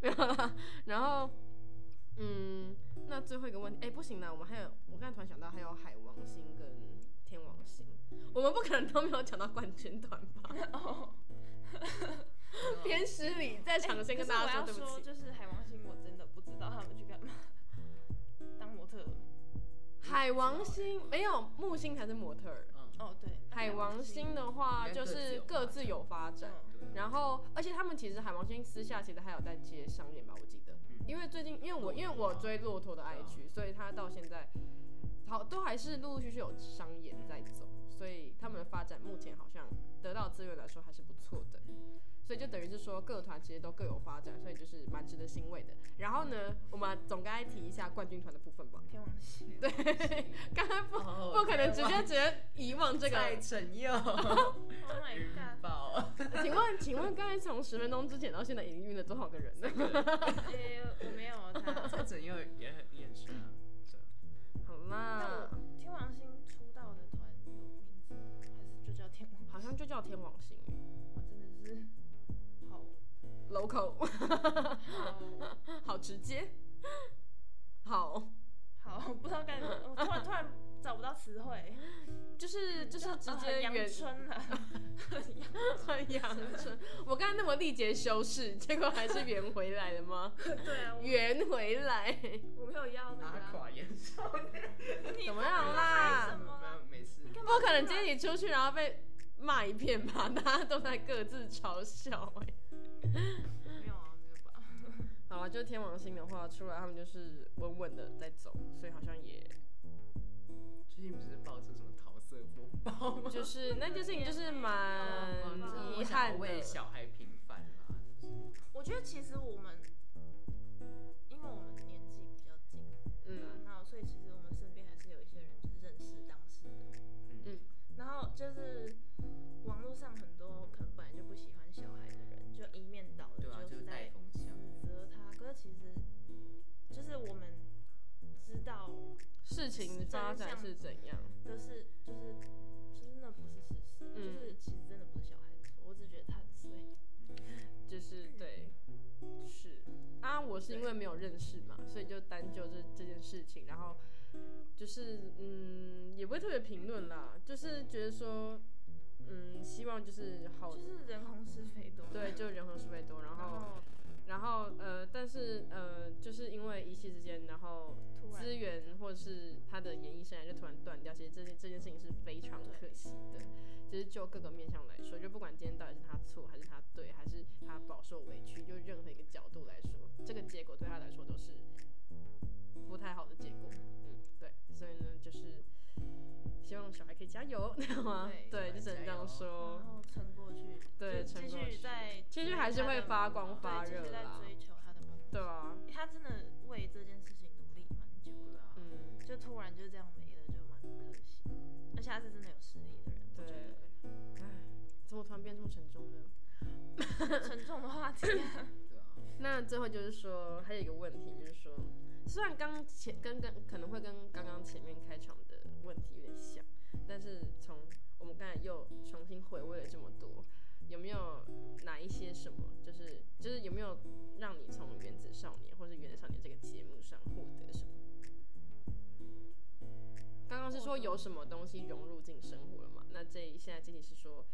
Speaker 1: 没有啦。然后，嗯，那最后一个问题，哎，不行啦，我们还有，我刚才突然想到还有海王星跟天王星，我们不可能都没有讲到冠军团吧？
Speaker 2: 哦，
Speaker 1: 偏失礼， 在场先跟大家说
Speaker 2: 说
Speaker 1: 对不
Speaker 2: 说，
Speaker 1: 起。
Speaker 2: 哎就是海王星，我真的不知道他们去干嘛，当模特儿。
Speaker 1: 海王星没有木星才是模特儿，
Speaker 3: 嗯，
Speaker 2: 哦，对，
Speaker 1: 海王星的话就是各自有发展。
Speaker 2: 嗯，
Speaker 3: 对，
Speaker 1: 然后，而且他们其实海王星私下其实还有在接商演吧，我记得，
Speaker 3: 嗯
Speaker 1: 因为最近因为我
Speaker 3: 骆驼
Speaker 1: 因为我追骆驼的
Speaker 3: 对啊
Speaker 1: IG，所以他到现在好都还是陆陆续续有商演在走，所以他们的发展目前好像得到资源来说还是不错的，所以就等于是说各团其实都各有发展，所以就是蛮值得欣慰的。然后呢，我们总该提一下冠军团的部分吧，
Speaker 2: 天王星，
Speaker 3: 对，
Speaker 1: 刚刚不
Speaker 3: 哦
Speaker 1: 不可能直
Speaker 3: 天
Speaker 1: 接
Speaker 3: 王
Speaker 1: 直接遗忘这个，
Speaker 3: 蔡承 佑
Speaker 2: ，Oh my god，
Speaker 3: 爆，
Speaker 1: 请问请问刚才从十分钟之前到现在已经晕了多少个人 呢？
Speaker 2: 呃，我没 有他。
Speaker 3: 蔡承佑也很也很帅啊，对
Speaker 1: 好
Speaker 2: 那
Speaker 1: 啦。
Speaker 2: 我天王星出道的团有名字吗？还是就叫天王？
Speaker 1: 好像就叫天王星
Speaker 2: 我真的是好
Speaker 1: ，local，好直接，好，
Speaker 2: 好好，不知道该怎么，我突然突然找不到词汇，
Speaker 1: 就是就是直接
Speaker 2: 呃
Speaker 1: 远
Speaker 2: 阳春啊，
Speaker 1: 很阳春。我刚才那么力竭修饰，结果还是圆回来了吗？
Speaker 2: 对啊，我
Speaker 1: 圆回 来，
Speaker 2: 我没有要那个
Speaker 3: 阿
Speaker 2: 啊，
Speaker 3: 垮也少
Speaker 2: 你
Speaker 1: 怎么样
Speaker 2: 怎
Speaker 1: 啦？
Speaker 2: 么啊啦
Speaker 3: 没事，
Speaker 2: 你干嘛
Speaker 1: 不可能今天你出去然后被骂一片吧？大家都在各自嘲 笑、哎。
Speaker 2: 没有啊，没有吧？
Speaker 1: 好啊了，就是天王星的话，出来他们就是稳稳的在走，所以好像也
Speaker 3: 最近不是爆出什么桃色风暴 吗？
Speaker 1: 就是那件事情就是蛮
Speaker 3: 嗯
Speaker 1: 遗憾
Speaker 3: 我想为
Speaker 1: 的。
Speaker 3: 小孩平反啦，
Speaker 2: 我觉得其实我们，因为我们年纪比较近，对啊
Speaker 1: 嗯，
Speaker 2: 那所以其实我们身边还是有一些人就是认识当事人，
Speaker 1: 嗯
Speaker 2: 然后就是网络上很多可能本来就不喜欢小孩的人，就一面倒的
Speaker 3: 对啊，就是
Speaker 2: 是
Speaker 3: 带
Speaker 2: 在
Speaker 3: 风向，
Speaker 2: 指责他，可是其实就是我们知道
Speaker 1: 事情发展是怎样？
Speaker 2: 的是，就是就是那不是事实，
Speaker 1: 嗯
Speaker 2: 就是其实真的不是小孩的错，我只是觉得他很衰。
Speaker 1: 就是对，是啊，我是因为没有认识嘛，所以就单就这这件事情，然后就是嗯，也不会特别评论啦，就是觉得说，嗯，希望就是好
Speaker 2: 就，是人红是非多。
Speaker 1: 对，就人和是非多，然
Speaker 2: 然
Speaker 1: 后
Speaker 2: 后
Speaker 1: 然后呃，但是呃，就是因为一夕之间，然后
Speaker 2: 突然
Speaker 1: 资源或是他的演艺生涯就突然断掉，其实这件这件事情是非常可惜的。其实就各个面向来说，就不管今天到底是他错还是他对，还是他饱受委屈，就任何一个角度来说，这个结果对他来说都是不太好的结果。嗯，对，所以呢，就是希望小孩可以加油，知道吗？对，
Speaker 3: 对
Speaker 1: 就只能这样说
Speaker 2: 然。后撑过去，
Speaker 1: 对，
Speaker 2: 继
Speaker 1: 撑过
Speaker 2: 续
Speaker 1: 去
Speaker 2: 在
Speaker 1: 其实
Speaker 2: 追
Speaker 1: 还是
Speaker 2: 他
Speaker 1: 会
Speaker 2: 的
Speaker 1: 发
Speaker 2: 梦
Speaker 1: 光
Speaker 2: 对
Speaker 1: 发
Speaker 2: 继续
Speaker 1: 热
Speaker 2: 在
Speaker 1: 啦
Speaker 2: 追求他的梦
Speaker 1: 对啊，
Speaker 2: 想他真的为这件事情努力蛮久了啊、
Speaker 1: 嗯。
Speaker 2: 就突然就这样没了，就蛮可惜。而且他是真的有实力的人，我觉
Speaker 3: 啊
Speaker 1: 对
Speaker 2: 得
Speaker 1: 唉，怎么突然变这么沉重呢？
Speaker 2: 沉重的话题啊、
Speaker 3: 对啊，
Speaker 1: 那最后就是说，还有一个问题就是说，虽然刚前跟跟可能会跟刚刚前面开场的问题有点像，但是从我们刚才又重新回味了这么多，有没有哪一些什么，就是就是有没有让你从《原子少年》或是《原子少年》这个节目上获得什么？刚刚是说有什么东西融入进生活了嘛？那这一现在这题是说，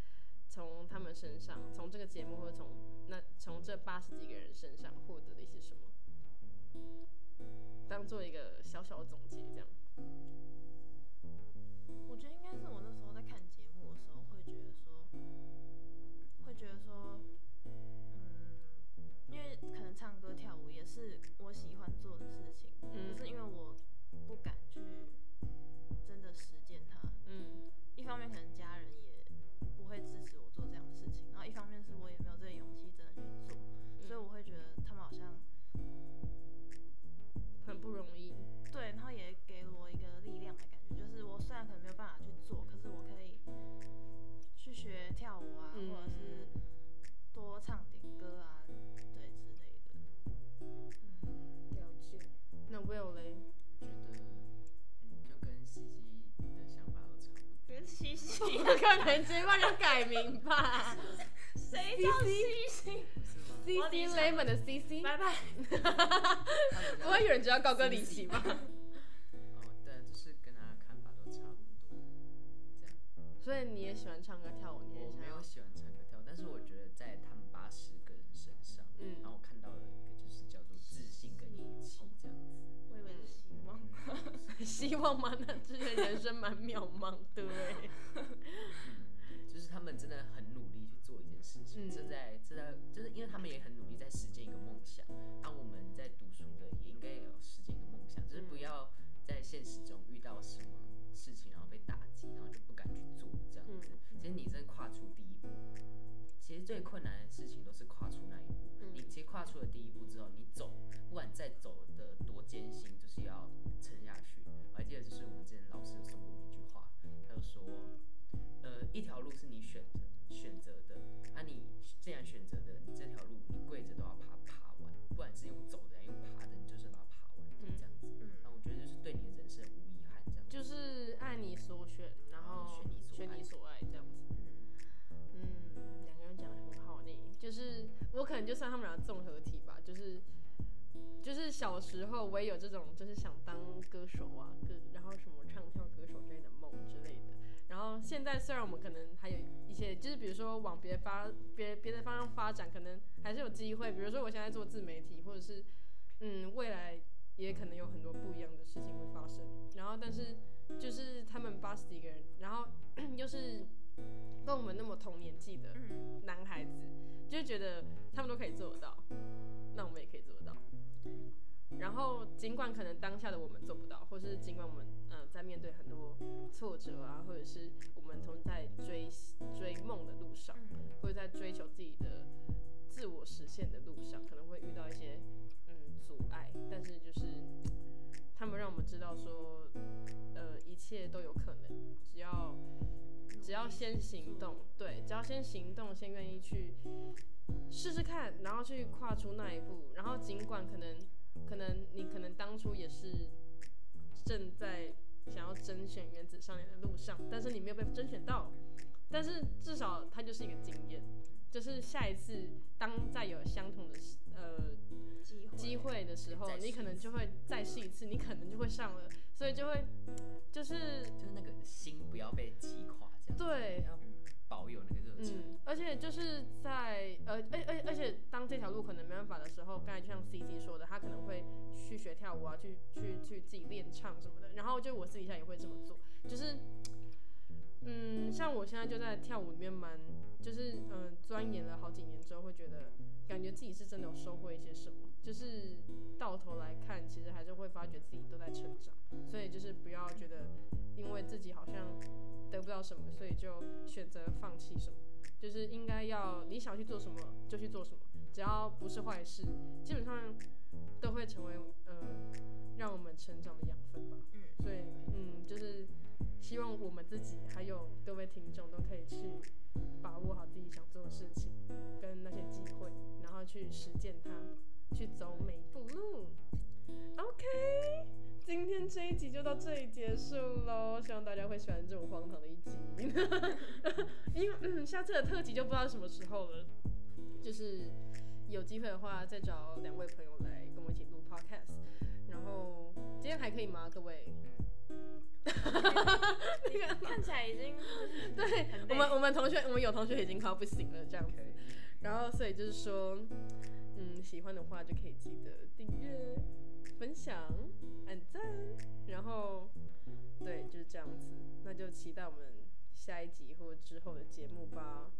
Speaker 1: 从他们身上，从这个节目或者从那从这八十几个人身上获得的一些什么，当做一个小小的总结，这样。
Speaker 2: 我觉得应该是我那时候在看节目的时候，会觉得说，会觉得说，嗯，因为可能唱歌跳舞也是我喜欢做的事情，可是因为我不敢去真的实践它。
Speaker 1: 嗯
Speaker 2: 一方面可能家人也不会支持我做这样的事情，然后一方面是我也没有这个勇气真的去做，所以我会觉得他们好像
Speaker 1: 很不容易。
Speaker 2: 对，然后也给我一个力量的感觉，就是我虽然可能没有办法去做，可是我可以去学跳舞啊，
Speaker 1: 嗯
Speaker 2: 或者是多唱点歌啊，对之类的。
Speaker 4: 了解。
Speaker 1: 那 Will 嘞？
Speaker 3: 觉得嗯，就跟西西的想法都差不多。
Speaker 2: 觉得西西，
Speaker 1: 不 可能，直接帮人改名 吧
Speaker 2: 谁叫 西西？
Speaker 3: 是吗？
Speaker 1: ？CC Lemon 的 CC，
Speaker 2: 拜拜。
Speaker 1: 不会有人知道高歌离奇吧？
Speaker 3: 哦，对，就是跟他的看法都差不多。
Speaker 1: 所以你也喜欢唱歌跳舞，你也想
Speaker 3: 我没
Speaker 1: 要
Speaker 3: 有？喜欢唱歌跳舞，但是我觉得在他们八十个人身上，
Speaker 1: 嗯
Speaker 3: 然后我看到了一个就是叫做自信跟勇气这样子。
Speaker 2: 我以为是希望。
Speaker 1: 希望吗？那之前人生蛮渺茫的哎。
Speaker 3: 就是他们真的很努力去做一件事情，
Speaker 1: 嗯
Speaker 3: 这在这在就是因为他们也很努力在实践一个梦想，那、我们在读书的也应该也要实践一个梦想，就是不要在现实中遇到什么事情然后被打击，然后就不敢去做这样
Speaker 1: 嗯
Speaker 3: 子。其实你真的跨出第一步，其实最困难的事情都是跨出那一步。
Speaker 1: 嗯
Speaker 3: 你其实跨出了第一步之后，你走，不管再走的多艰辛，就是要撑下去。我还记得就是我们之前老师有送过我们一句话，他就说。呃，一条路是你选择选择的，啊，你既然选择的，你这条路你跪着都要爬爬完，不管是用走的，用爬的，你就是把它爬完，就这样子。
Speaker 2: 嗯
Speaker 3: 那、我觉得就是对你的人生无遗憾，这样。
Speaker 1: 就是爱你所选，然后
Speaker 3: 选你所
Speaker 1: 嗯选
Speaker 3: 爱
Speaker 1: 你所爱这样子。
Speaker 2: 嗯，
Speaker 1: 嗯，两个人讲的很好呢，就是我可能就算他们俩综合体吧，就是就是小时候我也有这种，就是想当歌手啊，歌然后什么唱跳歌手之类的梦之类的。然后现在虽然我们可能还有一些，就是比如说往别的发别别的方向发展，可能还是有机会。比如说我现在做自媒体，或者是嗯未来也可能有很多不一样的事情会发生。然后但是就是他们八十几个人，然后 又是跟我们那么同年纪的
Speaker 2: 嗯，
Speaker 1: 男孩子，就觉得他们都可以做得到，那我们也可以做得到。然后，尽管可能当下的我们做不到，或是尽管我们呃在面对很多挫折啊，或者是我们从在追追梦的路上，
Speaker 2: 嗯
Speaker 1: 或者在追求自己的自我实现的路上，可能会遇到一些嗯阻碍，但是就是他们让我们知道说，呃，一切都有可能，只要只要先行动，对，只要先行动，先愿意去试试看，然后去跨出那一步，然后尽管可能可能你可能当初也是正在想要甄选原子少年的路上，但是你没有被甄选到，但是至少它就是一个经验，就是下一次当再有相同的事呃
Speaker 2: 机会，
Speaker 1: 机会的时候
Speaker 3: 再，试
Speaker 1: 你可能就会再试一次，你可能就会上了，所以就会就是
Speaker 3: 就是那个心不要被击垮，这样。
Speaker 1: 对嗯
Speaker 3: 要保嗯
Speaker 1: 而且就是在呃，而而而且当这条路可能没办法的时候，刚才就像 C C 说的，他可能会去学跳舞啊，去去去自己练唱什么的。然后就我私底下也会这么做，就是嗯，像我现在就在跳舞里面蛮，就是嗯钻研了好几年之后，会觉得感觉自己是真的有收获一些什么，就是到头来看，其实还是会发觉自己都在成长。所以就是不要觉得因为自己好像得不到什么，所以就选择放弃什么。就是应该要你想去做什么就去做什么，只要不是坏事，基本上都会成为呃让我们成长的养分吧。
Speaker 2: 嗯，
Speaker 1: 所以嗯，就是希望我们自己还有各位听众都可以去把握好自己想做的事情跟那些机会，然后去实践它，去走每一步路。OK，今天这一集就到这里结束喽，希望大家会喜欢这种荒唐的一集。 因为、嗯、下次的特辑就不知道是什么时候了，就是有机会的话再找两位朋友来跟我一起录 podcast。然后今天还可以吗？各位？
Speaker 2: 看起来已经
Speaker 1: 对
Speaker 2: 很累
Speaker 1: 我们我们同学，我们有同学已经快要不行了这样子。
Speaker 3: 可以，
Speaker 1: 然后所以就是说，嗯，喜欢的话就可以记得订阅、分享、按赞，然后对，就是这样子。那就期待我们下一集或之后的节目吧。